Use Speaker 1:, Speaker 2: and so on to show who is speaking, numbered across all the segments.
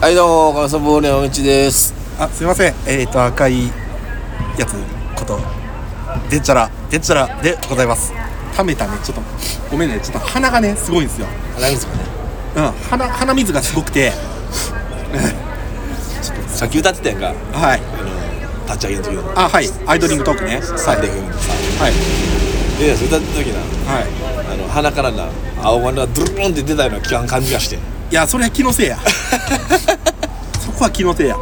Speaker 1: はいどうも岡野さんボール山道です
Speaker 2: あすいませんえっ、と赤いやつことでっちゃらでっちゃらでございますためたねちょっとごめんねちょっと鼻がねすごいんですよ、
Speaker 1: 鼻水かね
Speaker 2: うん、鼻鼻水がすごくて
Speaker 1: さっき歌ってたやんか
Speaker 2: はい
Speaker 1: あの立ち上げの時の
Speaker 2: あはいアイドリングトークねはい
Speaker 1: サンデー君のさ
Speaker 2: はい
Speaker 1: で歌ってた時な
Speaker 2: はい
Speaker 1: あの鼻からな青がなドゥルーンって出たような気感じがして
Speaker 2: いやそれは気の せいやそこは気のせいや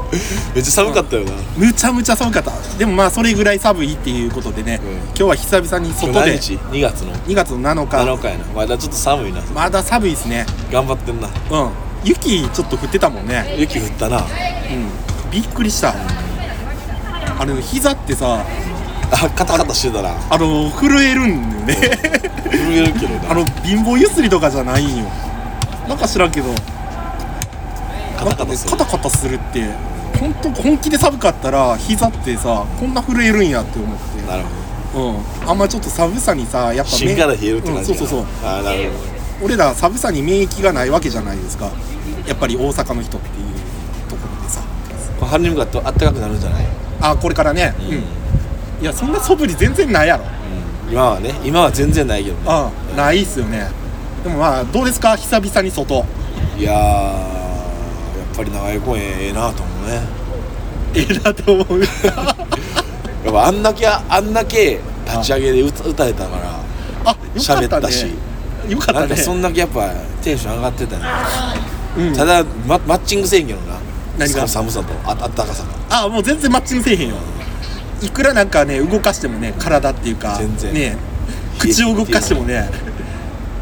Speaker 1: めっちゃ寒かったよな
Speaker 2: むちゃむちゃ寒かったでもまあそれぐらい寒いっていうことでね、
Speaker 1: うん
Speaker 2: 今日は久々に
Speaker 1: 今日
Speaker 2: 外
Speaker 1: 何
Speaker 2: で
Speaker 1: 日2月の
Speaker 2: 2月の7日
Speaker 1: 7日やなまだちょっと寒いな
Speaker 2: まだ寒いですね
Speaker 1: 頑張ってんな
Speaker 2: うん雪ちょっと降ってたもんね
Speaker 1: 雪降ったなあ
Speaker 2: うん、びっくりしたあれ膝ってさ
Speaker 1: カタカタしてたな
Speaker 2: あの震えるんだよね
Speaker 1: 震えるけど
Speaker 2: あ
Speaker 1: な
Speaker 2: の貧乏ゆすりとかじゃないんよなんか知らんけど
Speaker 1: カタカタす
Speaker 2: カ
Speaker 1: る
Speaker 2: タカタするって本当本気で寒かったら膝ってさこんな震えるんやって思って
Speaker 1: なるほど
Speaker 2: うんあんまちょっと寒さにさやっぱ
Speaker 1: 芯から冷えるって感じ
Speaker 2: うんそうそうそう
Speaker 1: ああなるほ
Speaker 2: 俺ら寒さに免疫がないわけじゃないですかやっぱり大阪の人っていうところでさ
Speaker 1: ど春に向かってあったかくなるんじゃない
Speaker 2: あこれからねうん、いやそんな素振り全然ないやろ
Speaker 1: うん今はね今は全然ないけどね
Speaker 2: ああないっすよねでもまあどうですか久々に外
Speaker 1: いやーやっぱり長江公園ええなと思うね
Speaker 2: ええな って思う
Speaker 1: やっぱあんだけあんだけ立ち上げで歌歌えたから
Speaker 2: あよかった
Speaker 1: 喋っ
Speaker 2: ね
Speaker 1: たし
Speaker 2: よかっ
Speaker 1: な
Speaker 2: た
Speaker 1: んか
Speaker 2: ね
Speaker 1: そんだけやっぱテンション上がってたね
Speaker 2: うん
Speaker 1: ただママッチングせえんけどな
Speaker 2: 何が
Speaker 1: その寒さとああったかさが
Speaker 2: あもう全然マッチングせえへんよいくらなんかね動かしてもね体っていうか
Speaker 1: 全然
Speaker 2: ね口を動かしてもね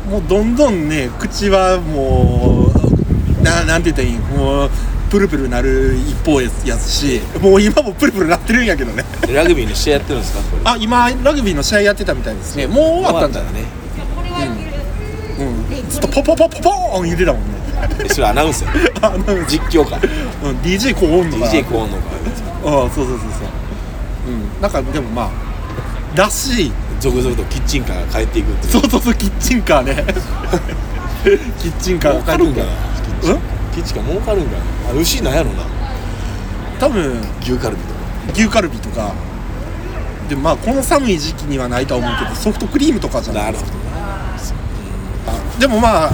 Speaker 2: もうどんどんね口はもうななんて言ったらいいんもうプルプルなる一方やつしもう今もプルプルなってるんやけどね
Speaker 1: でラグビーの試合やってるんですかこれ
Speaker 2: あ今ラグビーの試合やってたみたいですねもう終わったんじゃない
Speaker 1: ね
Speaker 2: うん、ずっとポポポポポーン言ってたもんね
Speaker 1: えそれアナウ ンスや
Speaker 2: あなんか
Speaker 1: 実況か
Speaker 2: うん DJ こうおんのかな
Speaker 1: DJ コーンのか
Speaker 2: ああそうそうそうそううんなんかでもまあらしい
Speaker 1: 続々とキッチンカーが帰っていくっていう
Speaker 2: そうそうそうキッチンカー ねキッチンカー
Speaker 1: 儲かるんかな
Speaker 2: うん
Speaker 1: キッチンカー儲かるんかなあ牛なんやろな
Speaker 2: 多分
Speaker 1: 牛カルビとか
Speaker 2: 牛カルビとかでまあこの寒い時期にはないとは思うけどソフトクリームとかじゃない
Speaker 1: なるほど
Speaker 2: でもまあ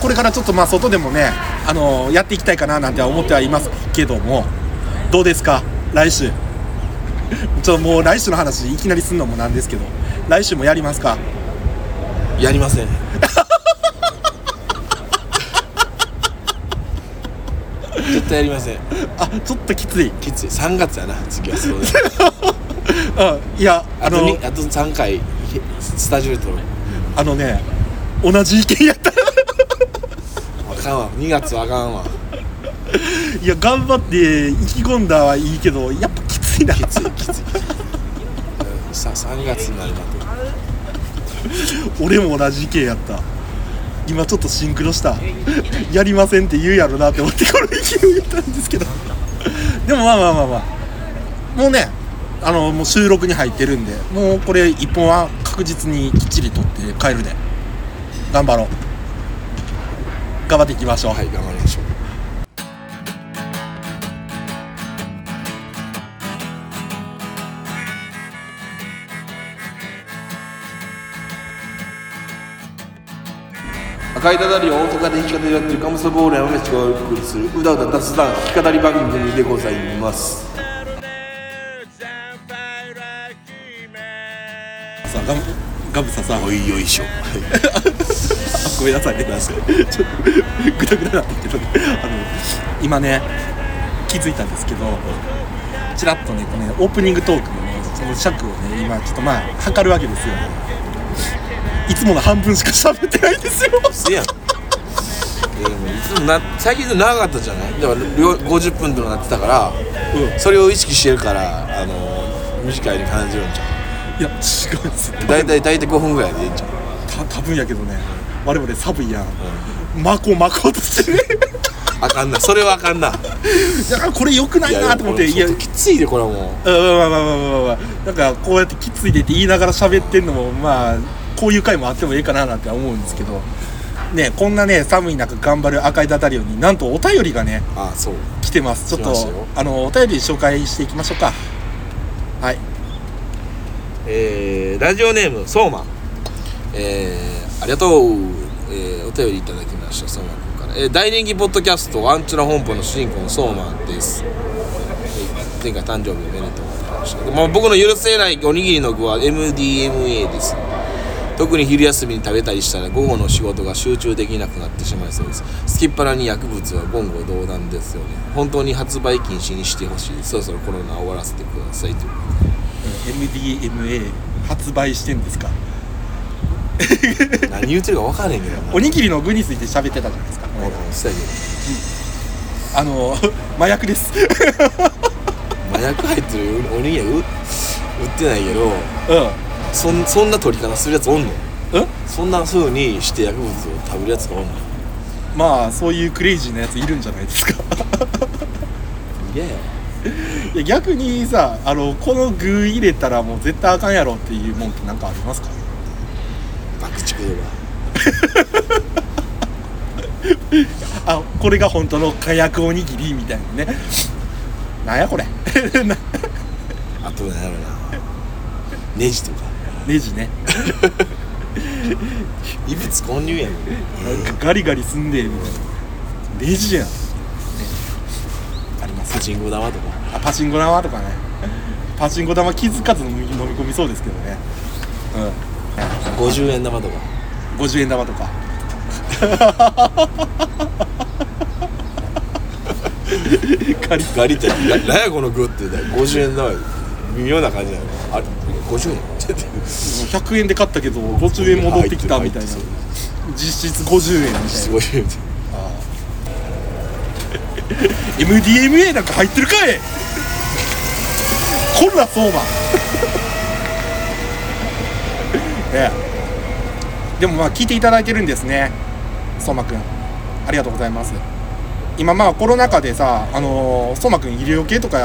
Speaker 2: これからちょっとまあ外でもねあのやっていきたいかななんては思ってはいますけどもどうですか来週ちょっともう来週の話いきなりすんのもなんですけど来週もやりますか
Speaker 1: やりません絶対やりません
Speaker 2: あちょっときつい
Speaker 1: きつい3月やな次はそうで
Speaker 2: あいやあ
Speaker 1: あと
Speaker 2: の
Speaker 1: にあと3回スタジオで撮る
Speaker 2: あのね同じ意見やった
Speaker 1: あかんわ2月はあかんわ
Speaker 2: いや頑張って意気込んだはいいけどやっぱきついな
Speaker 1: きついきついきついうんさ3月になるなと
Speaker 2: 俺も同じ意見やった今ちょっとシンクロしたやりませんって言うやろなって思ってこの勢い言ったんですけどでもまあまあまあまあもうねあのもう収録に入ってるんでもうこれ一本は確実にきっちり取って帰るで頑張ろう頑張っていきましょう、
Speaker 1: はい頑張りましょう赤いただりを大阪で弾き語りやってるカムサボーレンをめちがお送りするうだうだ雑談弾き語り番組でございます
Speaker 2: さあガムガブサさん
Speaker 1: おいよいし ょ
Speaker 2: ごめんなさいね ちょっとグダグダだったけどあの今ね気づいたんですけどちらっとねこのねオープニングトークのねその尺をね今ちょっとまあ測るわけですよいつもの半分しか喋ってないんですよ
Speaker 1: せやんいやでもいつもな最近長かったじゃないだから両50分とかなってたから、
Speaker 2: う
Speaker 1: それを意識してるからあの短いに感じるんじゃ
Speaker 2: いや違うんですよ
Speaker 1: ん大体大体5分ぐらいでいいんじゃん
Speaker 2: た多分やけどね我々サブやん、マコマコとしてね
Speaker 1: あかんなそれはあかんな
Speaker 2: だからこれ良くないなと思って
Speaker 1: い
Speaker 2: い
Speaker 1: や
Speaker 2: や
Speaker 1: これちょっときついでこれはも
Speaker 2: うんまあまあまあまあまあなんかこうやってきついでって言いながら喋ってんのもまあこういう回もあってもいいかななんて思うんですけどねこんなね寒い中頑張る赤いダダリオになんとお便りがね
Speaker 1: ああそう
Speaker 2: 来てますちょっ
Speaker 1: 来
Speaker 2: と
Speaker 1: ましたよ
Speaker 2: あのお便り紹介していきましょうかはい
Speaker 1: えー、ラジオネームそうまんえー、ありがとう、えー、お便りいただきましたそうまん君から、えー、大人気ポッドキャストアンチュラ本舗の主人公のそうまんです、えー前回誕生日おめでとうございました、まあ、僕の許せないおにぎりの具は MDMA です特に昼休みに食べたりしたら午後の仕事が集中できなくなってしまいそうです好きっ腹に薬物は言語道断ですよね本当に発売禁止にしてほしいそろそろコロナ終わらせてくださいという
Speaker 2: MDMA 発売してんですか
Speaker 1: 何言ってるか分からへんけどな
Speaker 2: おにぎりの具について喋ってたじゃないですか
Speaker 1: 俺もそうや
Speaker 2: あの麻薬ですうん
Speaker 1: けど麻薬入ってるおにぎりは売売ってないけどそんそんな取り方するやつおんの
Speaker 2: うん
Speaker 1: そんな風にして薬物を食べるやつがおんの
Speaker 2: まあそういうクレイジーなやついるんじゃないですか
Speaker 1: いやいや
Speaker 2: いや逆にさあのこの具入れたらもう絶対あかんやろっていうもんってなんかありますか
Speaker 1: 爆竹とか
Speaker 2: あこれが本当の火薬おにぎりみたいなねなんやこれな
Speaker 1: あと何やろなネジとか
Speaker 2: ネジね
Speaker 1: 異物混入やん
Speaker 2: なんかガリガリすんでみたいなレジやん、ね、あります
Speaker 1: パチンコ玉とか
Speaker 2: あパチンコ玉とかねパチンコ玉気づかず飲み飲み込みそうですけどね
Speaker 1: 50円玉とか
Speaker 2: うん50円玉とかガリ
Speaker 1: ガリってななんやこの具って言ったら50円玉や微妙な感じやろあれ50円ちょっと
Speaker 2: 100円で買ったけど50円戻ってきたみたいな
Speaker 1: 入ってる
Speaker 2: 実質50円みたいな
Speaker 1: すごい
Speaker 2: MDMA なんか入ってるかいこらそうま ええでもまあ聞いていただいてるんですねそうまくんありがとうございます今まあコロナ禍でさあのー、そうまくん医療系とか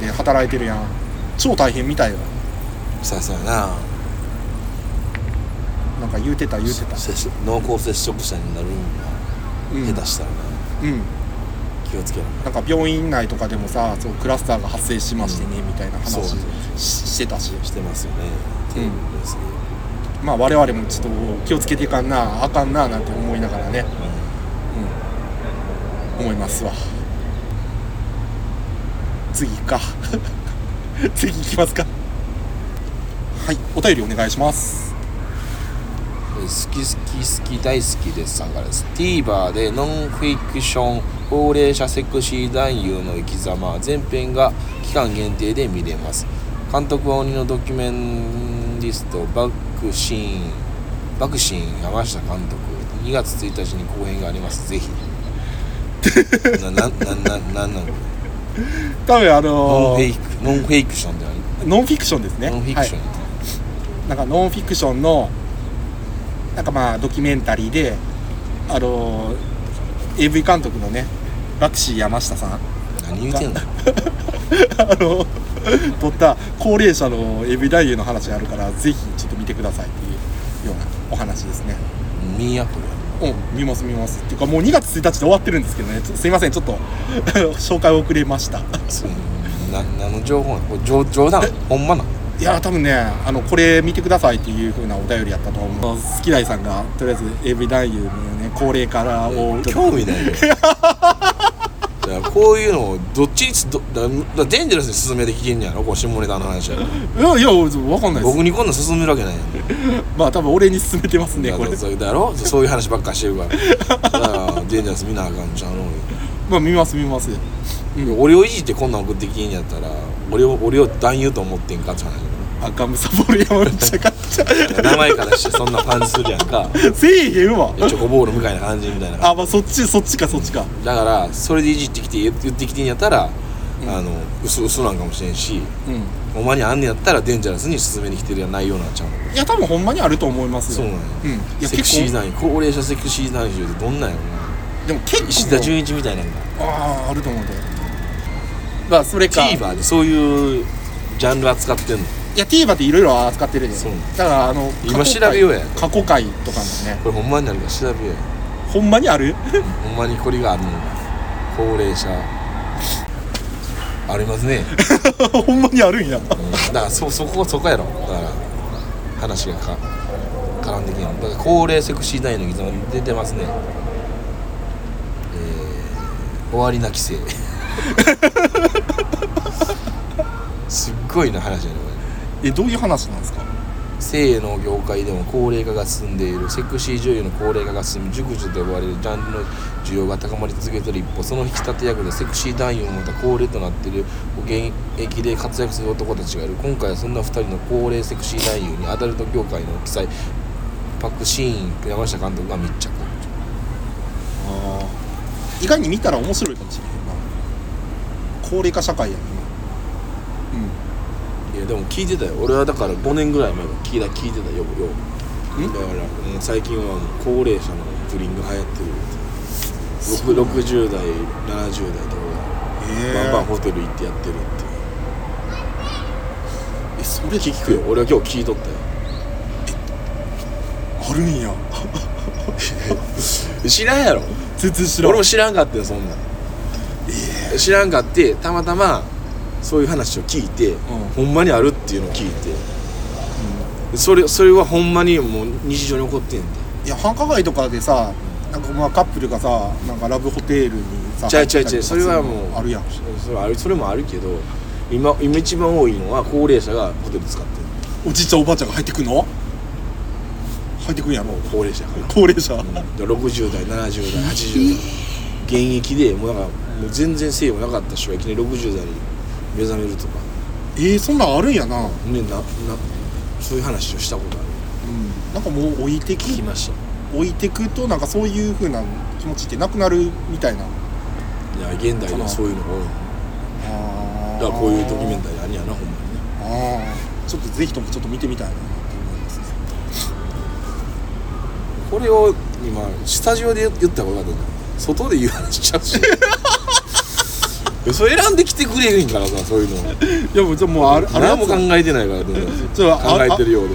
Speaker 2: で働いてるやん超大変みたいよ
Speaker 1: さあさあな
Speaker 2: なんか言うてた言うてた
Speaker 1: 接触濃厚接触者になるん
Speaker 2: うん
Speaker 1: が下手したらな
Speaker 2: うん
Speaker 1: 気をつけろ
Speaker 2: なんか病院内とかでもさそうクラスターが発生しましてね、みたいな
Speaker 1: そう
Speaker 2: 話
Speaker 1: そう
Speaker 2: ししてたし
Speaker 1: してますよねテレビです
Speaker 2: まあ我々もちょっと気をつけていかんなあかんななんて思いながらね、うん、思いますわ次行くか 次行きますかはいお便りお願いします
Speaker 1: えー好き好き好き大好きですさんからです TVer でノンフィクション高齢者セクシー男優の生き様全編が期間限定で見れます監督は鬼のドキュメンリストバックシーンバクシーン山下監督2月1日に公演がありま すぜひなななななんなの
Speaker 2: 多分あ
Speaker 1: ノン
Speaker 2: の
Speaker 1: フ
Speaker 2: ー
Speaker 1: ェイクノンフェイクションではない
Speaker 2: ノンフィクションですね
Speaker 1: ノンフィクション、
Speaker 2: はいなんかノンフィクションのなんかまあドキュメンタリーであのー AV 監督のねラクシー山下さん
Speaker 1: 何言うてんの
Speaker 2: あの撮った高齢者のエビ男優の話あるからぜひちょっと見てくださいっていうようなお話ですね
Speaker 1: ミーアプル
Speaker 2: うん見ます見ますっていうかもう2月1日で終わってるんですけどねちょすいませんちょっと紹介遅れました
Speaker 1: そうな何の情報なのこれ冗冗談ほんまなの
Speaker 2: いや多分ねあのこれ見てくださいっていう風なお便りやったと思う好きだいさんがとりあえずエビ男優のね高齢化を
Speaker 1: 興味ないよだからこういうのをどっちにつどだだデンジャラスに進めて聞けんやろこう下ネタの話や ろ
Speaker 2: いやいやわかんないです
Speaker 1: 僕にこんなん進めるわけない やん
Speaker 2: まあ多分俺に勧めてますね
Speaker 1: だ
Speaker 2: これ
Speaker 1: だだろそういう話ばっかしてるからだからデンジャラス見なあかんちゃうの
Speaker 2: まあ見ます見ます
Speaker 1: 俺俺をいじってこんなん送ってきんやったら俺を俺を男優と思ってんかって話
Speaker 2: あガムサボール山内かっ ちゃ
Speaker 1: やろ名前からしてそんな感じするやんか
Speaker 2: せえへんわ
Speaker 1: チョコボールみたいな感じみたいな
Speaker 2: あまあそっちそっちかそっちか
Speaker 1: だからそれでいじってきて言言ってきてんやったら、あの嘘嘘なんかもしれんし
Speaker 2: うん
Speaker 1: お前にあんねやったらデンジャラスに進めに来てるやないようなちゃうの
Speaker 2: いや多分ほんまにあると思います
Speaker 1: そう
Speaker 2: よ
Speaker 1: なんや,、
Speaker 2: うんいや
Speaker 1: セクシー
Speaker 2: 結構
Speaker 1: 男優高齢者セクシー男優ってどんなんやろな
Speaker 2: でも結構
Speaker 1: 石田純一みたいなんだ
Speaker 2: あああると思うでまあそれか
Speaker 1: TVer でそういうジャンル扱ってんの
Speaker 2: いや TVer っていろいろ扱ってるで
Speaker 1: そうなん
Speaker 2: だからあの過
Speaker 1: 今
Speaker 2: 去回
Speaker 1: 調べようや
Speaker 2: 過去回とかもね
Speaker 1: これほんまになるから調べようや
Speaker 2: ほんまにある
Speaker 1: ほんまにこれがあるの高齢者ありますね、
Speaker 2: ほんまにあるんや
Speaker 1: うんだからそそこそこやろだから話がか絡んできんのだから高齢セクシー大の偽造に出てますねえー、終わりなき生 すっごいな話やねこれ
Speaker 2: えどういう話なんですか
Speaker 1: 性の業界でも高齢化が進んでいるセクシー女優の高齢化が進み熟女と呼ばれるジャンルの需要が高まり続けている一方その引き立て役でセクシー男優もまた高齢となっている現役で活躍する男たちがいる今回はそんな2人の高齢セクシー男優にアダルト業界の記載パク・シーン山下監督が密着
Speaker 2: 意外に見たら面白いかもしれへんな高齢化社会やねん
Speaker 1: いやでも聞いてたよ俺はだから5年ぐらい前は聞いた聞いてたよよだから、うん最近はもう高齢者の不倫が流行ってるってろく60代70代とか
Speaker 2: え
Speaker 1: がバンバンホテル行ってやってるっていうえそれ聞くよ俺は今日聞いとったよ
Speaker 2: あるんや
Speaker 1: 知らんやろ
Speaker 2: 全然知らん
Speaker 1: 俺も知らんかったよそんなん、知らんかってたまたまそういう話を聞いて、ほんまにあるっていうのを聞いて、それそれはほんまにもう日常に起こってんで
Speaker 2: いや繁華街とかでさなんかまあカップルがさなんかラブホテルにさ
Speaker 1: 違う違
Speaker 2: 入っ
Speaker 1: う違う
Speaker 2: たりとかする
Speaker 1: それはもう
Speaker 2: あるやん
Speaker 1: それあるそれもあるけど今今一番多いのは高齢者がホテル使ってる
Speaker 2: おじいちゃんおばあちゃんが入ってくんの入ってくんやろ
Speaker 1: 高齢者やから
Speaker 2: 高齢者、
Speaker 1: うんだから60代70代80代現役でもうなんかもう全然性もなかった人がいきなり60代に目覚めるとか
Speaker 2: えー、そんなんあるんやな、うん、
Speaker 1: ねななそういう話をしたことある
Speaker 2: なんかもう置いて
Speaker 1: 聞き
Speaker 2: き
Speaker 1: ました
Speaker 2: 置いてくとなんかそういう風な気持ちってなくなるみたいない
Speaker 1: や現代ではそういうのが多い
Speaker 2: あ
Speaker 1: だ
Speaker 2: ー
Speaker 1: からこういうドキュメンタリーありやなほんまにね
Speaker 2: ああちょっとぜひともちょっと見てみたいなと思いますね
Speaker 1: これを今スタジオで言言った方がよかったじゃん外で言う話しちゃう しそれ選んできてくれるんからさそういうの
Speaker 2: いやもうじゃあもうあるあるや
Speaker 1: 何も
Speaker 2: つ
Speaker 1: 考えてないからね
Speaker 2: ちょ
Speaker 1: 考えてるようで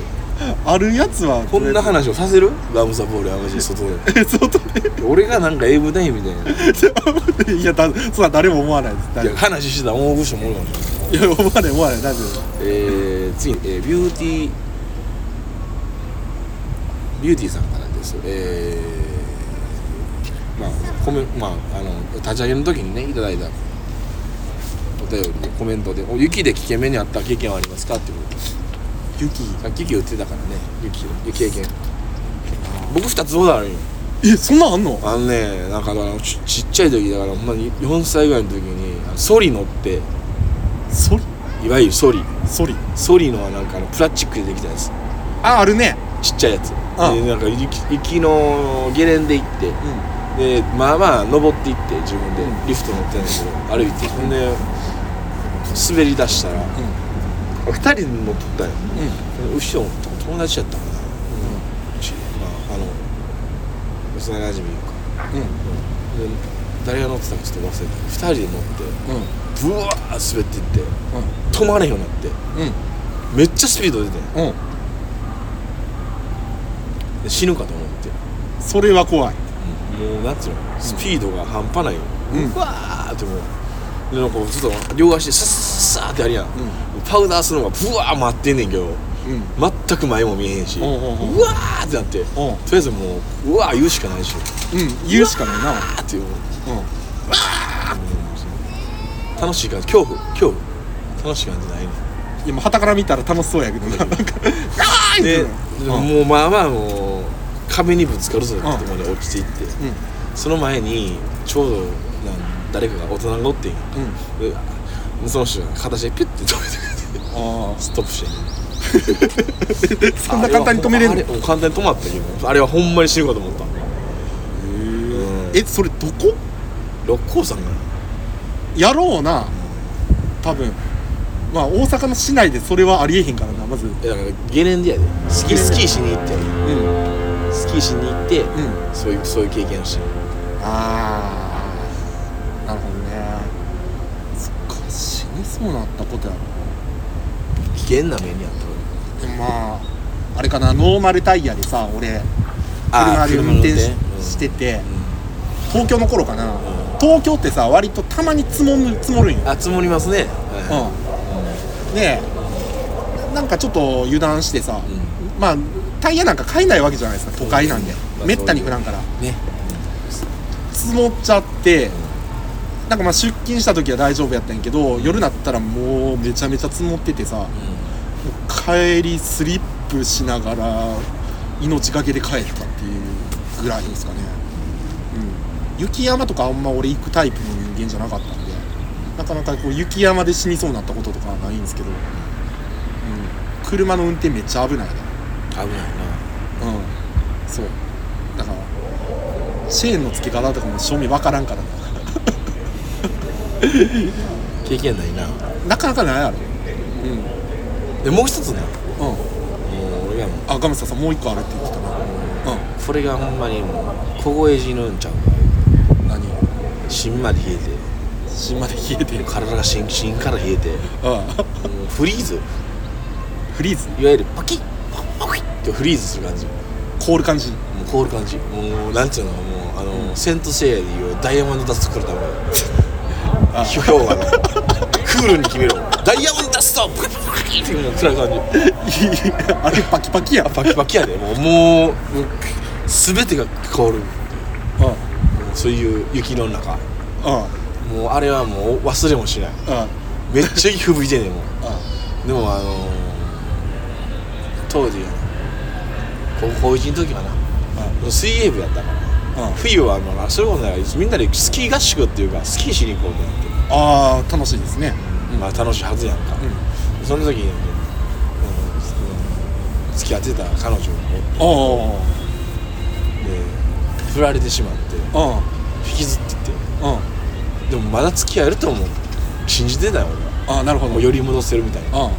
Speaker 2: あるやつは
Speaker 1: こ んな話をさせるラムサボールや話外で
Speaker 2: 相当ね
Speaker 1: 俺がなんか英語ないみたいな い
Speaker 2: いやだそんな誰も思わないです大丈
Speaker 1: や話してたら思う人もおるかもしれない
Speaker 2: 夫いや思わない思わない大丈夫
Speaker 1: えー、次に、えー、ビューティービューティーさんからですえー、まあコメまああの立ち上げの時にねいただいたお便りでコメントで「お雪で危険目にあった経験はありますか?」っていう
Speaker 2: 雪
Speaker 1: さっき雪言ってたからね雪雪経験僕2つほどあるんよ
Speaker 2: えそんなんあんの
Speaker 1: あのねなんかだからちちっちゃい時だからほんまに4歳ぐらいの時にあのソリ乗って
Speaker 2: ソリ
Speaker 1: いわゆるソリ
Speaker 2: ソリ
Speaker 1: ソリのはなんかあのプラスチックでできたやつ
Speaker 2: ああるね
Speaker 1: ちっちゃいやつ
Speaker 2: あ
Speaker 1: でなんか雪雪のゲレンデ行って
Speaker 2: う
Speaker 1: でまあまあ登って行って自分で、
Speaker 2: うん
Speaker 1: リフト乗ってんだけど歩いてほんで滑り出したら、二2人で乗っとったよ、
Speaker 2: ん
Speaker 1: 後ろの友達やったかな、うちまああの幼馴染みとか
Speaker 2: うん
Speaker 1: で誰が乗ってたかちょっと忘れた2人で乗
Speaker 2: うん
Speaker 1: ってブワー滑っていって止まれへんようになっ
Speaker 2: う
Speaker 1: てめっちゃスピード出てん
Speaker 2: んうん
Speaker 1: で死ぬかと思って
Speaker 2: それは怖い
Speaker 1: もうなんていうのスピードが半端ないよ、
Speaker 2: うん
Speaker 1: うわーってもうでなんかちょっと両足でサッサッサッってやるやん、パウダーするのがブワー回ってんねんけど
Speaker 2: うん
Speaker 1: 全く前も見えへんし、
Speaker 2: うんうんうん
Speaker 1: わーってなって、とりあえずもううわー言うしかないし
Speaker 2: うん言うしかないな
Speaker 1: あーっていうもう
Speaker 2: う
Speaker 1: 楽しい感じ恐怖恐怖楽しい感じないね
Speaker 2: んいやもうはたから見たら楽しそうやけどななんかあーい
Speaker 1: で、
Speaker 2: ってなうん
Speaker 1: もうまあまあもう壁にぶつかるぞってとこまで落ちていって、
Speaker 2: うん
Speaker 1: その前にちょうどなん誰かが大人が乗ってんよ
Speaker 2: うん
Speaker 1: でその人が形でピュッて止めてくれて
Speaker 2: あ
Speaker 1: ストップしてん
Speaker 2: あそんな簡単に止めれん
Speaker 1: あ
Speaker 2: の
Speaker 1: れは簡単に止まったけどあれはほんまに死ぬかと思ったうん
Speaker 2: えそれどこ
Speaker 1: 六甲山かな
Speaker 2: やろうな多分まあ大阪の市内でそれはありえへんからなまずうん
Speaker 1: いやだからゲレンデやでスキースキーしに行って
Speaker 2: うん
Speaker 1: スキーしに行って、そういうそういう経験をして
Speaker 2: ああなるほどねそっか死にそうなったことや
Speaker 1: 危険な目にあっ
Speaker 2: ろで
Speaker 1: たわ
Speaker 2: もまああれかなノーマルタイヤでさ俺
Speaker 1: あ
Speaker 2: 車
Speaker 1: ー
Speaker 2: で運転し
Speaker 1: 車の運転
Speaker 2: してて東京の頃かな東京ってさ割とたまに積もる積もるんよ
Speaker 1: あ積もりますね、は
Speaker 2: うん、でなんかちょっと油断してさ、
Speaker 1: う
Speaker 2: まあタイヤなんか買えないわけじゃないですか都会なんで
Speaker 1: うん
Speaker 2: めったに普段から
Speaker 1: い、ね
Speaker 2: 積もっちゃってなんかまあ出勤した時は大丈夫やったんやけど夜なったらもうめちゃめちゃ積もっててさ帰りスリップしながら命がけで帰ったっていうぐらいですかね、うん、雪山とかあんま俺行くタイプの人間じゃなかったんでなかなかこう雪山で死にそうになったこととかはないんですけど、うん、車の運転めっちゃ危ないね
Speaker 1: 危ない
Speaker 2: うんそうだからチェーンの付け方とかも正味わからんからな
Speaker 1: な経験ないな
Speaker 2: なかなかないやろ
Speaker 1: でもう一つなも
Speaker 2: うん
Speaker 1: う俺がもう
Speaker 2: あガムサさんもう一個あるって言ってたなう
Speaker 1: これがほんまにもう凍え死ぬんちゃうん
Speaker 2: 何
Speaker 1: 芯まで冷えて
Speaker 2: 芯まで冷えてる
Speaker 1: 体が芯芯から冷えて
Speaker 2: ああ
Speaker 1: もうフリーズ
Speaker 2: フリーズ
Speaker 1: いわゆるパキッパッパキッってフリーズする感じも
Speaker 2: 凍る感じ
Speaker 1: う凍る感じもうなんていうのもうあの、セントセイヤでいうダイヤモンドダスト作るための
Speaker 2: あ
Speaker 1: 批 評がクールに決めろダイヤモンドダストパキパキパキっていうのが暗い感じ
Speaker 2: いいあれパキパキや
Speaker 1: パキパキやでもうもうもう全てが凍る
Speaker 2: う
Speaker 1: も
Speaker 2: ん
Speaker 1: うそういう雪の中
Speaker 2: うん
Speaker 1: もうあれはもう忘れもしない
Speaker 2: うん
Speaker 1: めっちゃ雪吹いてんねんもう
Speaker 2: う
Speaker 1: でもあのー、当時高校1の時かな、水泳部やったから、
Speaker 2: うん
Speaker 1: 冬はまあそういうことないみんなでスキー合宿っていうかスキーしに行こうってなって、
Speaker 2: ああ楽しいですね
Speaker 1: まあ楽しいはずやんか、その時に、うん付き合ってた彼女がおって
Speaker 2: ああ
Speaker 1: で振られてしまっ
Speaker 2: う
Speaker 1: て
Speaker 2: ん
Speaker 1: 引きずってて
Speaker 2: うん
Speaker 1: でもまだ付き合えると思う信じてたよ俺は
Speaker 2: ああなるほど
Speaker 1: もうより戻せるみたいな
Speaker 2: うんうん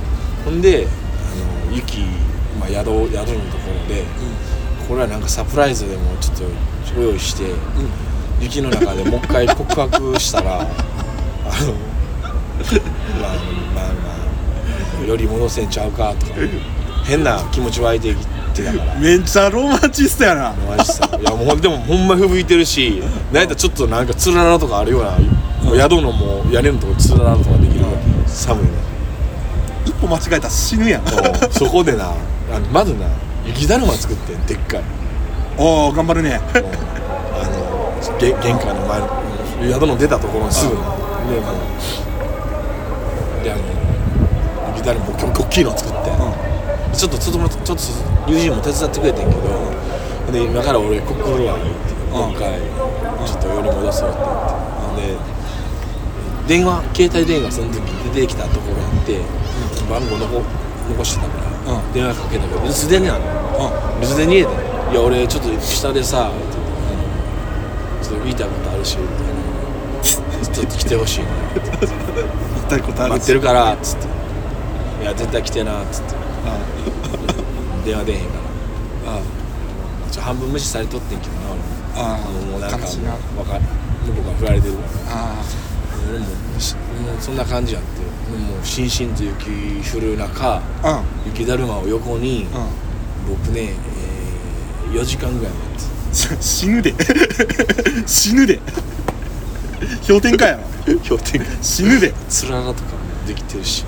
Speaker 1: ほんであの雪、まあ、宿宿のところでこれはなんかサプライズでもちょっと用意して雪の中でもう一回告白し たらあのまあまあまあより戻せんちゃうか とか変な気持ち湧いてきてたから。
Speaker 2: めっちゃロマンチストやな
Speaker 1: マジさいやもうでもほんま吹雪いてるしなんやったらちょっとなんかつららとかあるような、もう宿のもう屋根のとこつららとかできるぐらい寒いね
Speaker 2: 一歩間違えたら死ぬやんあ
Speaker 1: もうそこでなあのまずな雪だるま作ってんでっかい
Speaker 2: あ頑張るね
Speaker 1: もうあのげ玄関の前の宿の出たところにすぐなであのであの雪だるま結構大きいの作って、ちょっとちょっともちょっと友人も手伝ってくれてんけどで今から俺ここ来るわ言って
Speaker 2: うん
Speaker 1: 今回ちょっと夜戻そうって言ってで電話携帯電話その時出てきたところやって番号残残してたから、
Speaker 2: うん
Speaker 1: 電話かけたけど留守電ねあの
Speaker 2: う
Speaker 1: 留守電に入れていや俺ちょっと下でさ」って言ってちょっと言いたいことあるし」みたいなちょっと来てほしいな」
Speaker 2: ん言いたいことある
Speaker 1: 待ってるから」っつって「いや絶対来てな」っつって
Speaker 2: あ
Speaker 1: 「電話出えへんから
Speaker 2: あ
Speaker 1: ちょ半分無視されとってんけどな
Speaker 2: あ
Speaker 1: 俺もうなん
Speaker 2: あ
Speaker 1: か
Speaker 2: 悲しいな
Speaker 1: わかる向こうから振られてるから
Speaker 2: あ
Speaker 1: 俺もしもうそんな感じやってもうしんしんと雪降る中
Speaker 2: あうん
Speaker 1: 雪だるまを横に
Speaker 2: うん
Speaker 1: 僕ね、え4時間ぐらい待って
Speaker 2: し死ぬで 死 ぬで氷点下やろ
Speaker 1: 氷点下
Speaker 2: 死ぬで
Speaker 1: つららとかもできてるし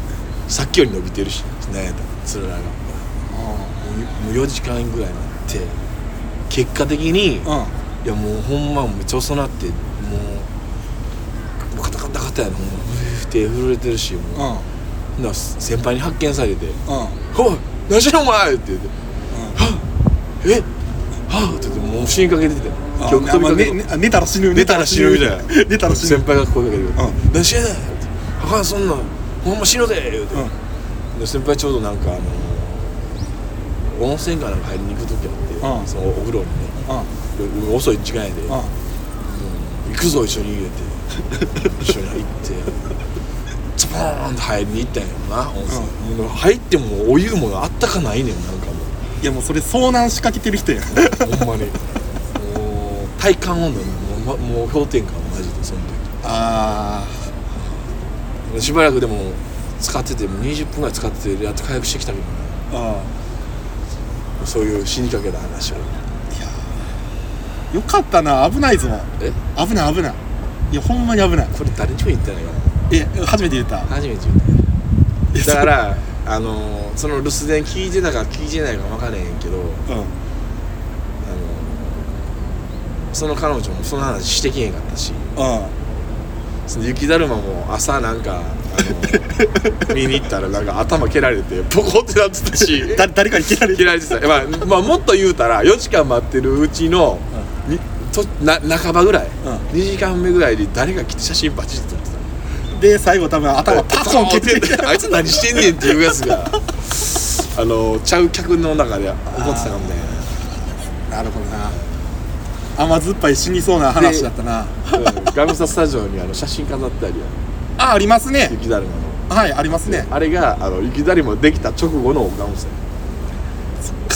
Speaker 1: さっきより伸びてるしなんやったらつららがもう4時間ぐらい待って結果的に
Speaker 2: うんうん
Speaker 1: いやもうほんまめっちゃ遅なってもうカタカタカタやのもう手震えてるしもう、
Speaker 2: うん
Speaker 1: ほんなら先輩に発見されて
Speaker 2: うん
Speaker 1: 「おい何しろお前!」って言って「えはあ」って言ってもう死にかけてて
Speaker 2: あ
Speaker 1: 曲飛び
Speaker 2: まあ
Speaker 1: かけ
Speaker 2: ね
Speaker 1: て
Speaker 2: ねあ寝たら死ぬ
Speaker 1: 出たら死ぬみたいな
Speaker 2: 出たら死
Speaker 1: 先
Speaker 2: ぬ
Speaker 1: 輩が声かけてくれて
Speaker 2: う
Speaker 1: 「何してんねん!」って「あかんそんなんほんま死ぬで!」言うて、
Speaker 2: うん
Speaker 1: で先輩ちょうどなんかあの温泉かなんか入りに行く時あって、
Speaker 2: うん
Speaker 1: そのお風呂にね夜遅い時間やで、
Speaker 2: うんうん
Speaker 1: 行くぞ一緒に言うて一緒に入って ズボーンって入りに行ったんやろな温泉、もう入ってもお湯もあったかないねんなんかも
Speaker 2: いやもうそれ遭難しかけてる人 やん
Speaker 1: うほんまにもう体感温度もう,、ま、もう氷点下マジでその時
Speaker 2: あ
Speaker 1: しばらくでも使っててもう20分ぐらい使っててやっと回復してきたけどね
Speaker 2: ーあ
Speaker 1: そういう死にかけた話を
Speaker 2: ーいやーよかったな危ないぞ
Speaker 1: え
Speaker 2: 危ない危ないいやほんまに危ない
Speaker 1: これ誰にも言ってないよ
Speaker 2: え初めて言った
Speaker 1: 初めて言っただからあのーその留守電聞いてたか聞いてないか分からへんけど
Speaker 2: うん
Speaker 1: あのーその彼女もその話してきへんかったし
Speaker 2: うん
Speaker 1: その雪だるまも朝なんか、あの見に行ったらなんか頭蹴られてポコってなってたし
Speaker 2: だ誰かに蹴られ
Speaker 1: 蹴
Speaker 2: て
Speaker 1: られてた、まあまあ、もっと言うたら4時間待ってるうちの、にとな半ばぐらい、
Speaker 2: ん
Speaker 1: 2時間目ぐらいに誰が来て写真バチッと撮ってた
Speaker 2: で最後多分頭パコン蹴って
Speaker 1: あいつ何してんねんっていうやつがあのちゃう客の中で怒ってたかもね
Speaker 2: なるほどな甘酸っぱい死にそうな話だったな
Speaker 1: うんガムサスタジオにあの写真飾ってあるやん
Speaker 2: あありますね
Speaker 1: 雪だるまの
Speaker 2: はいありますね
Speaker 1: あれがあの雪だるまできた直後のガムサ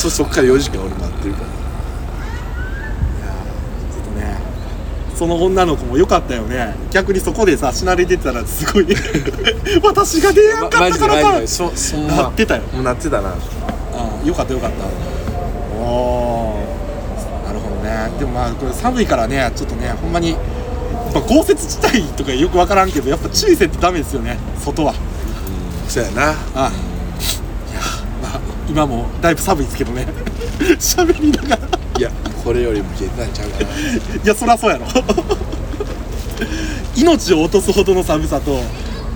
Speaker 1: そそっから4時間俺待ってるから
Speaker 2: ちょっとねその女の子も良かったよね逆にそこでさ死なれてたらすごい 私が出やんか
Speaker 1: マ
Speaker 2: った
Speaker 1: ジで
Speaker 2: からさ
Speaker 1: マジでそそんな
Speaker 2: なってたよ
Speaker 1: もうなってたな
Speaker 2: うんよかったよかったおーなるほどねでもまあこれ寒いからねちょっとねほんまにやっぱ豪雪地帯とかよく分からんけどやっぱ注意せんとダメですよね外は
Speaker 1: そうやな
Speaker 2: あいやまあ今もだいぶ寒いですけどね 喋りながら
Speaker 1: いやこれよりも消えてないんちゃうかない
Speaker 2: やそりゃそうやろ 命を落とすほどの寒さと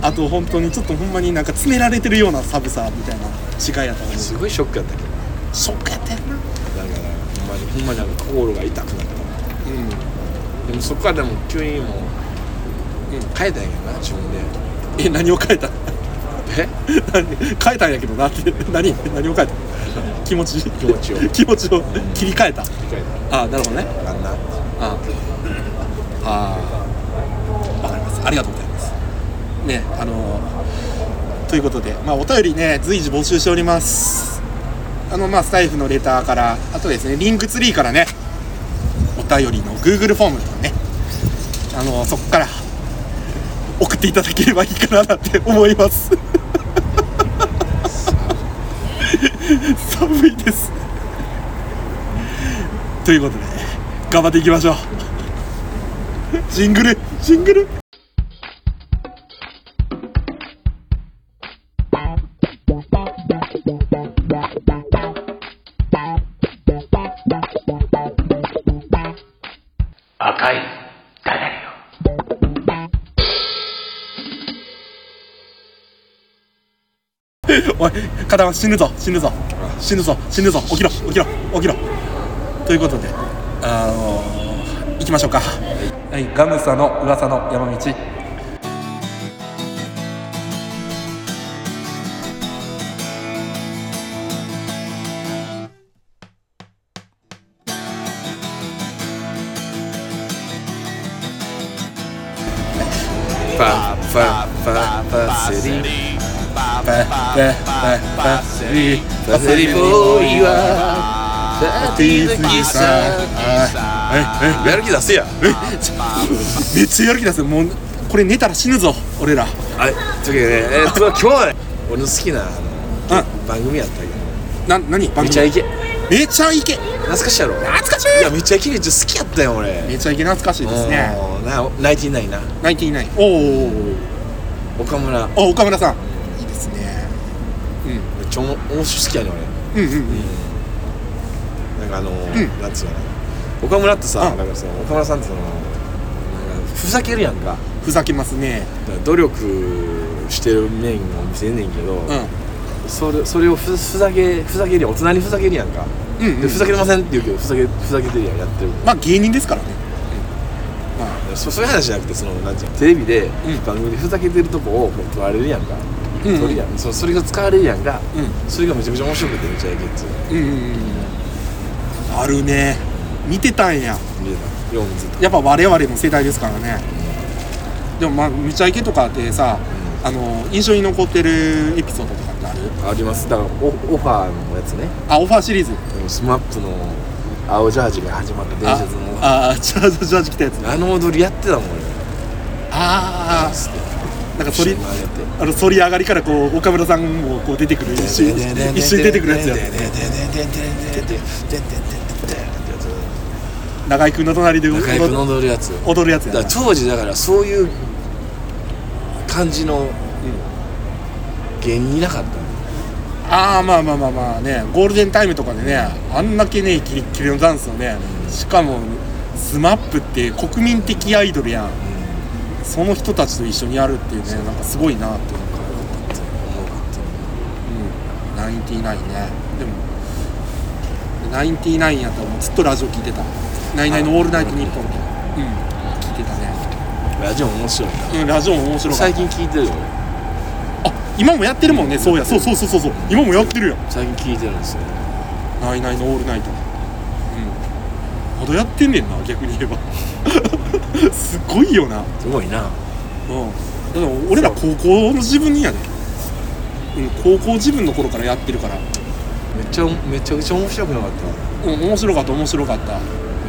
Speaker 2: あと本当にちょっとほんまになんか詰められてるような寒さみたいな違いやと思う
Speaker 1: すごいショックやったけどだ
Speaker 2: ショックやったよな
Speaker 1: からほんまにほんまになんか心が痛くなった
Speaker 2: うん
Speaker 1: でもそこからでも急にもう、うん、変えたんやけどな自分で
Speaker 2: え何を変えた
Speaker 1: え
Speaker 2: 何変えたんやけどなって 何何を変えた気持ち
Speaker 1: 気持ちを
Speaker 2: 気持ちを切り替えた
Speaker 1: 変え
Speaker 2: あなるほどね
Speaker 1: たあんな
Speaker 2: ああわかりますありがとうございますねあのということで、まあ、お便りね随時募集しておりますあのまあスタイフのレターからあとですねリンクツリーからねお便りの Google フォームとかねあのそこから送っていただければいいかななんて思います 寒いですということで頑張っていきましょうジングルジングル
Speaker 3: 赤いダダよ。
Speaker 2: おい片は死ぬぞ死ぬぞ死ぬぞ死ぬぞ起きろ起きろ起きろということであのー、行きましょうかはいガムサの噂の山道
Speaker 1: パッパッパッパセリ
Speaker 2: ババババスリー
Speaker 1: パセリボーイは
Speaker 2: テ
Speaker 1: サテ
Speaker 2: ィ
Speaker 1: ィ
Speaker 2: ーズ
Speaker 1: ー
Speaker 2: キ
Speaker 1: ズキ
Speaker 2: ー
Speaker 1: ー
Speaker 2: さ
Speaker 1: さ
Speaker 2: ん
Speaker 1: んやる気出せや
Speaker 2: めっちゃやる気出すよもうこれ寝たら死ぬぞ俺ら
Speaker 1: はいというわけでねえっと今日はね俺の好きなあの番組やったけど
Speaker 2: な何番組
Speaker 1: めちゃイケ
Speaker 2: めちゃイケ
Speaker 1: 懐かしいやろ
Speaker 2: 懐かしい
Speaker 1: いやめちゃイケめっちゃ好きやったよ俺
Speaker 2: めちゃイケ懐かしいですね
Speaker 1: うんなナイティナインな
Speaker 2: ナインティナインおー
Speaker 1: 岡村
Speaker 2: お岡村さんいいですね
Speaker 1: めっちゃおも面白い好きやね俺
Speaker 2: うんうんうん
Speaker 1: なんかあの
Speaker 2: ん
Speaker 1: なんつうのかな岡村ってさ、
Speaker 2: うん
Speaker 1: なんかその岡村さんってそのなんかふざけるやんか
Speaker 2: ふざけますね
Speaker 1: だから努力してる面も見せんねんけど、
Speaker 2: うん
Speaker 1: それそれをふふざけふざけるやん大人にふざけるやんか、
Speaker 2: うんうん
Speaker 1: でふざけてませんって言うけどふざけふざけてるやんやってる
Speaker 2: まあ芸人ですからねまあ
Speaker 1: そそういう話じゃなくてそのなんていうのテレビで、
Speaker 2: ん
Speaker 1: 番組でふざけてるとこをこう取られるやんか、
Speaker 2: うんうん
Speaker 1: 取るやんそそれが使われるやんか、
Speaker 2: う
Speaker 1: それがめちゃくちゃ面白くてめちゃえけっつうの
Speaker 2: うんうんうんあるね見てたんや
Speaker 1: 見てたよう見てた
Speaker 2: やっぱ我々の世代ですからねでもまあ「むちゃイケ」とかってさあの印象に残ってるエピソードとかってある
Speaker 1: ありますだからオオファーのやつね
Speaker 2: あオファーシリーズ
Speaker 1: スマップの青ジャージが始まった伝
Speaker 2: あ
Speaker 1: 説のあ
Speaker 2: あジャージジャージ来たやつ
Speaker 1: の踊りやってたもん俺
Speaker 2: ああなんか
Speaker 1: 一
Speaker 2: 反
Speaker 1: 緒
Speaker 2: り
Speaker 1: にあれやって
Speaker 2: あの反り上がりからこう岡村さんもこう出てくる一瞬一瞬出てくるやつや
Speaker 1: ででででででででででででででででででで
Speaker 2: 中居君の隣で踊
Speaker 1: 中居君の踊るやつ
Speaker 2: 踊るやつ
Speaker 1: だ
Speaker 2: やな
Speaker 1: から当時だからそういう感じの芸人いなかった
Speaker 2: ああまあまあまあまあねゴールデンタイムとかでねあんだけねキレッキレのダンスをねしかもスマップって国民的アイドルやんその人たちと一緒にやるっていうねなんかすごいなってなんか
Speaker 1: 思うかった
Speaker 2: うんナインティナインねでもナインティナインやったらもうずっとラジオ聞いてた「ナイナイのオールナイトニッポン」とうん聞いてたね
Speaker 1: ラジオ面白いな
Speaker 2: うんラジオも面白かっ
Speaker 1: 最
Speaker 2: た
Speaker 1: 近聞いてるよ
Speaker 2: あ今もやってるもんねそうやそうそうそうそうそう今もやってるよ
Speaker 1: 最近聞いてるんですよ
Speaker 2: ナイナイのオールナイト。うん。まだやってんねんな、逆に言えば。 すごいよな。うん。
Speaker 1: すごいな
Speaker 2: だから俺ら高校の自分にやで。うん、高校自分の頃からやってるから。
Speaker 1: めっちゃめちゃくちゃ面白くなかっ
Speaker 2: うん、面白かった、面白かった。
Speaker 1: た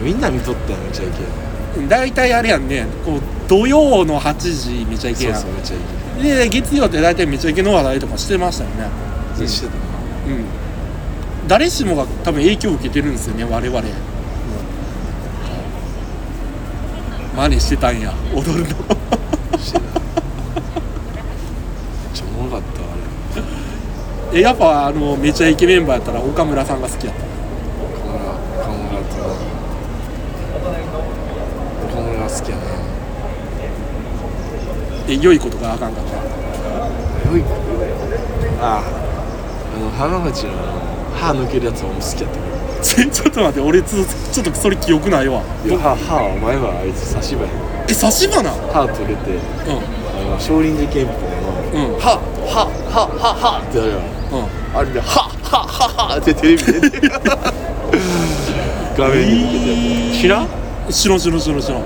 Speaker 1: みんな見とったよめちゃイケ
Speaker 2: うん大体あれやんね、こう、土曜の8時めちゃイケ
Speaker 1: そう
Speaker 2: やん。
Speaker 1: そうめちゃイ
Speaker 2: で、月曜って大体めちゃイケの話題とかしてましたよね。
Speaker 1: ケしてたな
Speaker 2: うん。誰しもが多分影響を受けてるんですよね、我々。うん真似してたんや、踊るの。
Speaker 1: してためっちゃおもろかったわあ
Speaker 2: えやっぱあのめちゃイケメンバーやったら岡村さんが好きやった
Speaker 1: れ岡村岡村と岡村が好きやね
Speaker 2: え良いことがあかんかった
Speaker 1: よいあああの浜口の歯抜けるやつはもう好きやったけど
Speaker 2: ちちょっと待って俺ちょちょっとそれ記憶ないわ
Speaker 1: いや歯歯お前はあいつ差し歯や
Speaker 2: え刺し花
Speaker 1: 歯取れて
Speaker 2: う
Speaker 1: あの少林寺拳法の
Speaker 2: うん
Speaker 1: 歯歯歯歯歯ってやるや
Speaker 2: ん
Speaker 1: ん
Speaker 2: うん
Speaker 1: あれで「はっはっはっは」ってテレビで 画面に向けてやつ知らん
Speaker 2: 知らん知らん知らん知らんうん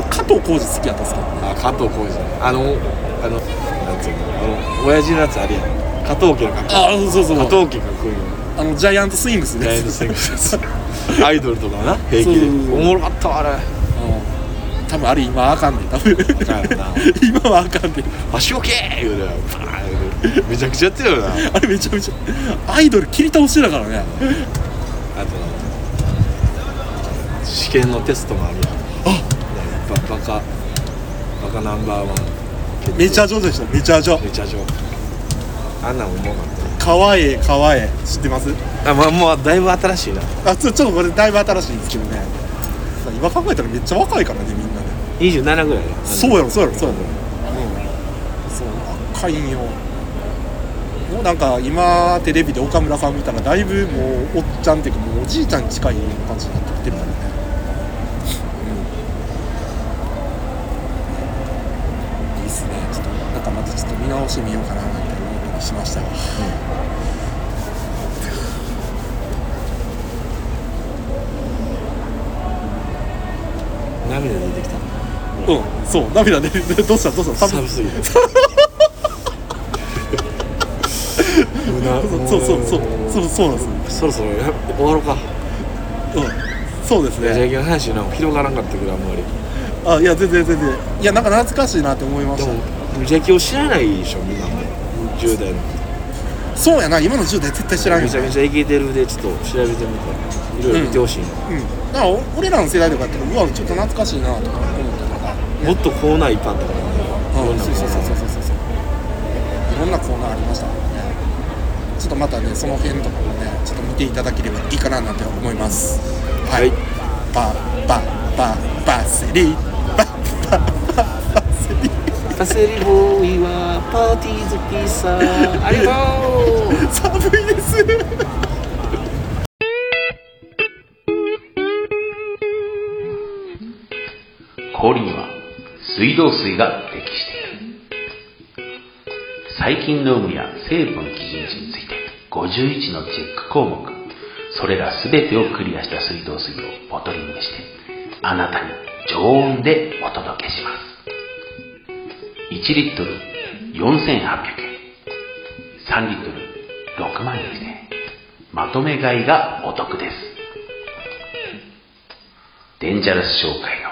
Speaker 2: 俺加藤浩次好きやったっすけど
Speaker 1: あ加藤浩次あのあのなんつうのあの親父のやつあれやん加藤家のかっこ
Speaker 2: ああそうそう
Speaker 1: いい加
Speaker 2: そう
Speaker 1: 藤家かっこいいよ
Speaker 2: あのジャイアントスイングスね
Speaker 1: ジャイアントスイングスアイドルとかな平気で
Speaker 2: そうそうそう
Speaker 1: おもろかったわあれ
Speaker 2: うん多分あれ今あかんねん多分
Speaker 1: かんよな
Speaker 2: 今はあかんねん
Speaker 1: 足置け言うてバーン言うてめちゃくちゃやってたよなあ
Speaker 2: あれめちゃめちゃアイドル切り倒してたからね
Speaker 1: と試験のテストもあるやんあババカバカナンバーワン
Speaker 2: めちゃ上手でしためちゃ上手
Speaker 1: めちゃ上あんなんおもろかっ
Speaker 2: 川栄川栄知ってます
Speaker 1: たあまあもうだいぶ新しいな
Speaker 2: あちょちょっとこれだいぶ新しいんですけどね今考えたらめっちゃ若いからねみんなね
Speaker 1: 27ぐらいだ
Speaker 2: そうやろそうやろそうやろうんそう若いんよもうなんか今テレビで岡村さん見たらだいぶもうおっちゃんっていうかもうおじいちゃんに近い感じになってきてるからねうんいいっすねちょっとなんかまたちょっと見直してみようかななんて思ったりしましたが、
Speaker 1: 涙出てきた
Speaker 2: うんそう涙出るどうしたどうした
Speaker 1: 寒すぎて
Speaker 2: そうそうそうそうそうなんですよ
Speaker 1: そろそろや終わろうか
Speaker 2: うんそうです
Speaker 1: メジャー
Speaker 2: ね
Speaker 1: 系の話なんか広がらんかったけどあんまり
Speaker 2: あいや全然全然いやなんか懐かしいなって思いま
Speaker 1: で
Speaker 2: し
Speaker 1: も
Speaker 2: た
Speaker 1: メジャー系を知らないでしょみんなも10代の
Speaker 2: そうやな今の10代絶対知らん
Speaker 1: め
Speaker 2: よ
Speaker 1: ちゃめちゃイケてるでちょっと調べてみたらいろいろ見てほしいな、
Speaker 2: うんだからお俺らの世代とかやったらうわちょっと懐かしいなとか思ったから
Speaker 1: もっとこうないパンとかねいろ
Speaker 2: うんん
Speaker 1: な
Speaker 2: そうそうそうそうそうそうそういろんなコーナーありましたもんねちょっとまたねその辺とかもねちょっと見ていただければいいかななんて思います
Speaker 1: はい
Speaker 2: ババババセリババババセリ
Speaker 1: パセリボーイはパーティー好きさありがと
Speaker 2: 寒
Speaker 1: う
Speaker 2: いです
Speaker 3: 氷には水道水が適している細菌の有無や成分基準値について51のチェック項目それら全てをクリアした水道水をボトリングしてあなたに常温でお届けします1リットル4800円3リットル6万円でまとめ買いがお得ですデンジャラス商会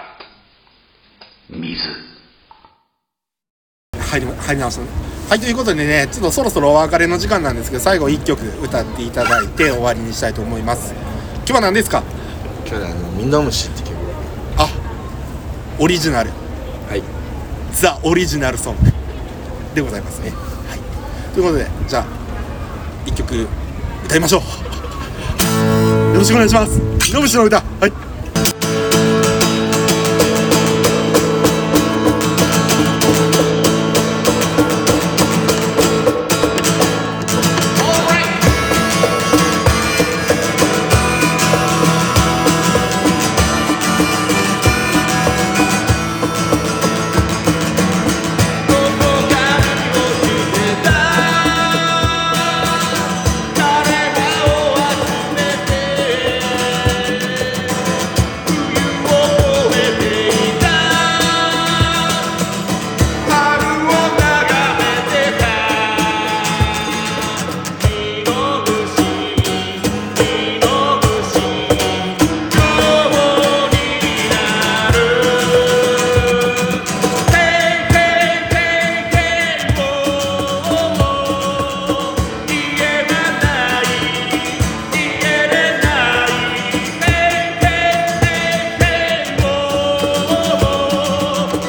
Speaker 3: の水
Speaker 2: 入り入り直したねはいということでねちょっとそろそろお別れの時間なんですけど最後1曲歌っていただいて終わりにしたいと思います日は何ですか
Speaker 1: 今日ねあのみんな虫って曲
Speaker 2: あオリジナル
Speaker 1: はい
Speaker 2: ザ・オリジナルソングでございますね、はい、ということでじゃあ一曲歌いましょう よろしくお願いします野口の歌はい
Speaker 4: どこかに落ちてた「誰かを集めて」「冬を越えていた」「春を眺めてた」「見の虫見の虫今日になる」「ていていていていもう」「言えない言えれない」「ていていていもう」「楽しい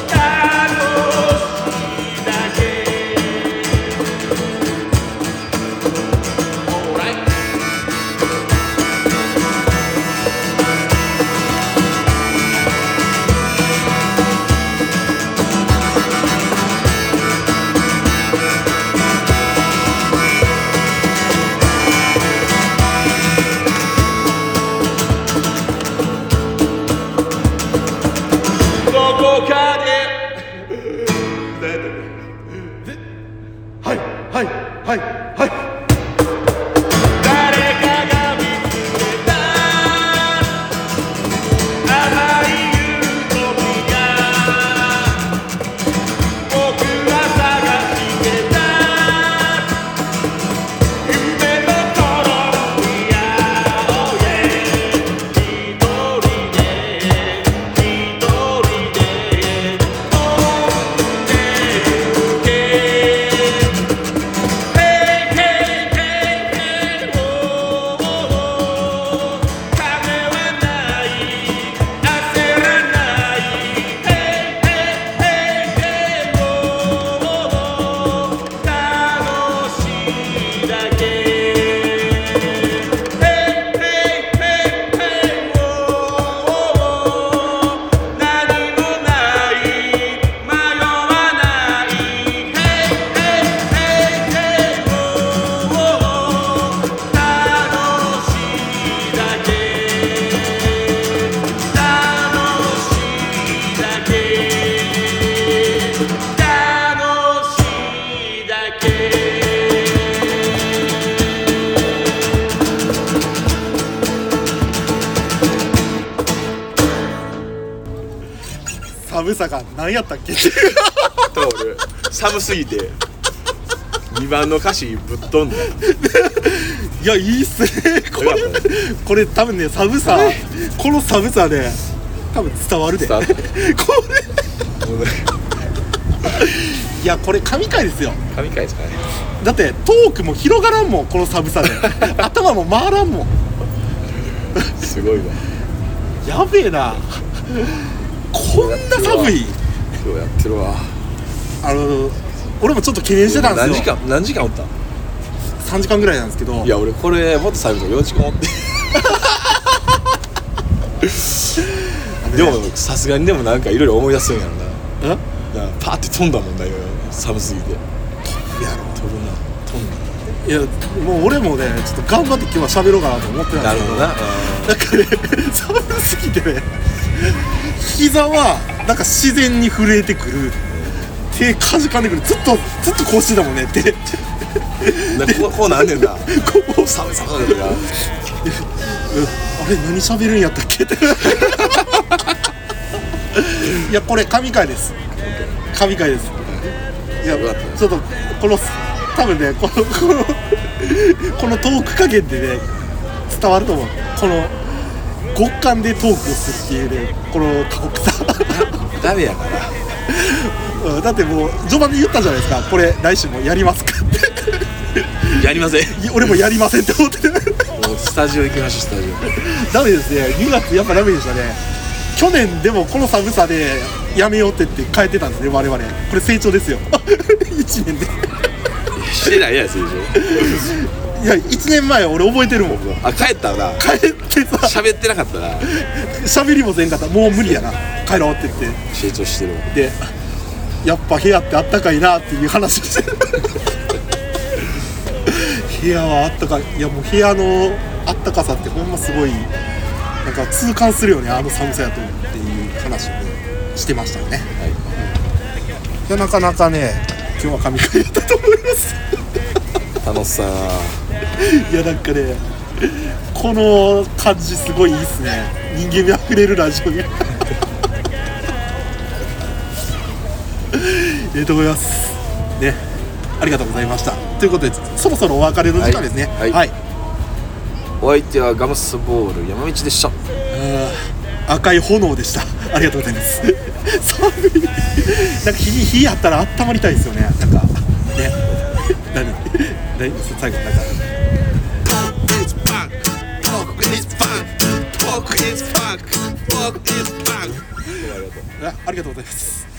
Speaker 4: だけ」「オーライ」どこかで
Speaker 2: はいはいはいはい
Speaker 4: 誰かが見つけた甘いユートピア僕は探してた夢のコロンビアをへ一人で一人で飛んで行け「へいへいへいへいおーおー」「金はない焦らない」「へいへいへいへいおーおー」「楽しいだけ」「へいへいへいへいおーおー」「何もない迷わない」「へいへいへいへいおーおー」「楽しいだけ楽しいだけ楽しいだけ」
Speaker 2: 寒さが何やったっけ
Speaker 5: タオル寒すぎて2番の歌詞ぶっ飛んだ
Speaker 2: いやいいっすねこれ
Speaker 5: よかった
Speaker 2: これ多分ね寒さこの寒さね多分伝わるで
Speaker 5: 伝わった
Speaker 2: これいやこれ神回ですよ
Speaker 5: 神回ですかね
Speaker 2: だってトークも広がらんもんこの 寒さで頭も回らんもん
Speaker 5: すごいわ
Speaker 2: やべえなこんな寒い
Speaker 5: 今日やってるわ
Speaker 2: あの俺もちょっと懸念してたん
Speaker 5: 何
Speaker 2: です
Speaker 5: 時
Speaker 2: よ
Speaker 5: 間何時間おった
Speaker 2: 3時間ぐらいなんですけど
Speaker 5: いや俺これもっと最後4時間おって
Speaker 2: あの ね
Speaker 5: でもさすがにでもなんかいろいろ思い出すんやろな
Speaker 2: うん
Speaker 5: なんかパーって飛んだもんな今寒すぎて
Speaker 2: やろ
Speaker 5: 飛ぶな飛んだ
Speaker 2: いやもう俺もねちょっと頑張って今日は喋ろうかなと思ってた
Speaker 5: なんる
Speaker 2: です
Speaker 5: ほ
Speaker 2: け
Speaker 5: ど
Speaker 2: ど
Speaker 5: な
Speaker 2: なんかね 寒すぎてね膝はなんか自然に震えてくる手かじかんでくるずっとずっとこうしてたもんね手
Speaker 5: うんなんかこうこうなんねんな
Speaker 2: こう
Speaker 5: 寒い寒い寒いな
Speaker 2: あれ何喋るんやったっけ いやこれ神回です神回ですいや
Speaker 5: よかった
Speaker 2: ちょっとこの多分ねこのこのこのトーク加減でね伝わると思うこの極寒でトークをするっていうねこの過酷さ
Speaker 5: ダメやから
Speaker 2: うんだってもう序盤で言ったじゃないですかこれ来週もやりますかって
Speaker 5: やりません
Speaker 2: いや俺もやりませんって思ってる
Speaker 5: もう
Speaker 1: スタジオ行きましょうス
Speaker 2: ダ
Speaker 1: タジ
Speaker 2: メですね2月やっぱダメでしたね去年でもこの寒さでやめようって言って変えてたんですね我々これ成長です よ1年で
Speaker 5: してないやつでしょ
Speaker 2: いや1年前俺覚えてるもん
Speaker 1: オあ帰ったな
Speaker 2: 帰ってさ
Speaker 1: 喋ってなかったな
Speaker 2: 喋りもせんかったもう無理やな帰ろうって言って
Speaker 1: 成長してるわ
Speaker 2: でやっぱ部屋ってあったかいなっていう話をしてる部屋はあったかいいやもう部屋のあったかさってほんますごいなんか痛感するよねあの寒さやとっていう話をねしてましたよね、い、やなかなかね今日は神回やったと思います
Speaker 1: 楽しさ
Speaker 2: いやなんかねこの感じすごいいいっすね人間味あふれるラジオに ええと思いますねありがとうございましたということでそろそろお別れの時間ですね
Speaker 1: はい
Speaker 2: はい
Speaker 1: お相手はガムスボール山道でした
Speaker 2: 赤い炎でした。 ありがとうございます。寒い。なんか火火あったら温まりたいですよね。 なんかね。何？ 何？最後なんか。 あありがとうございます。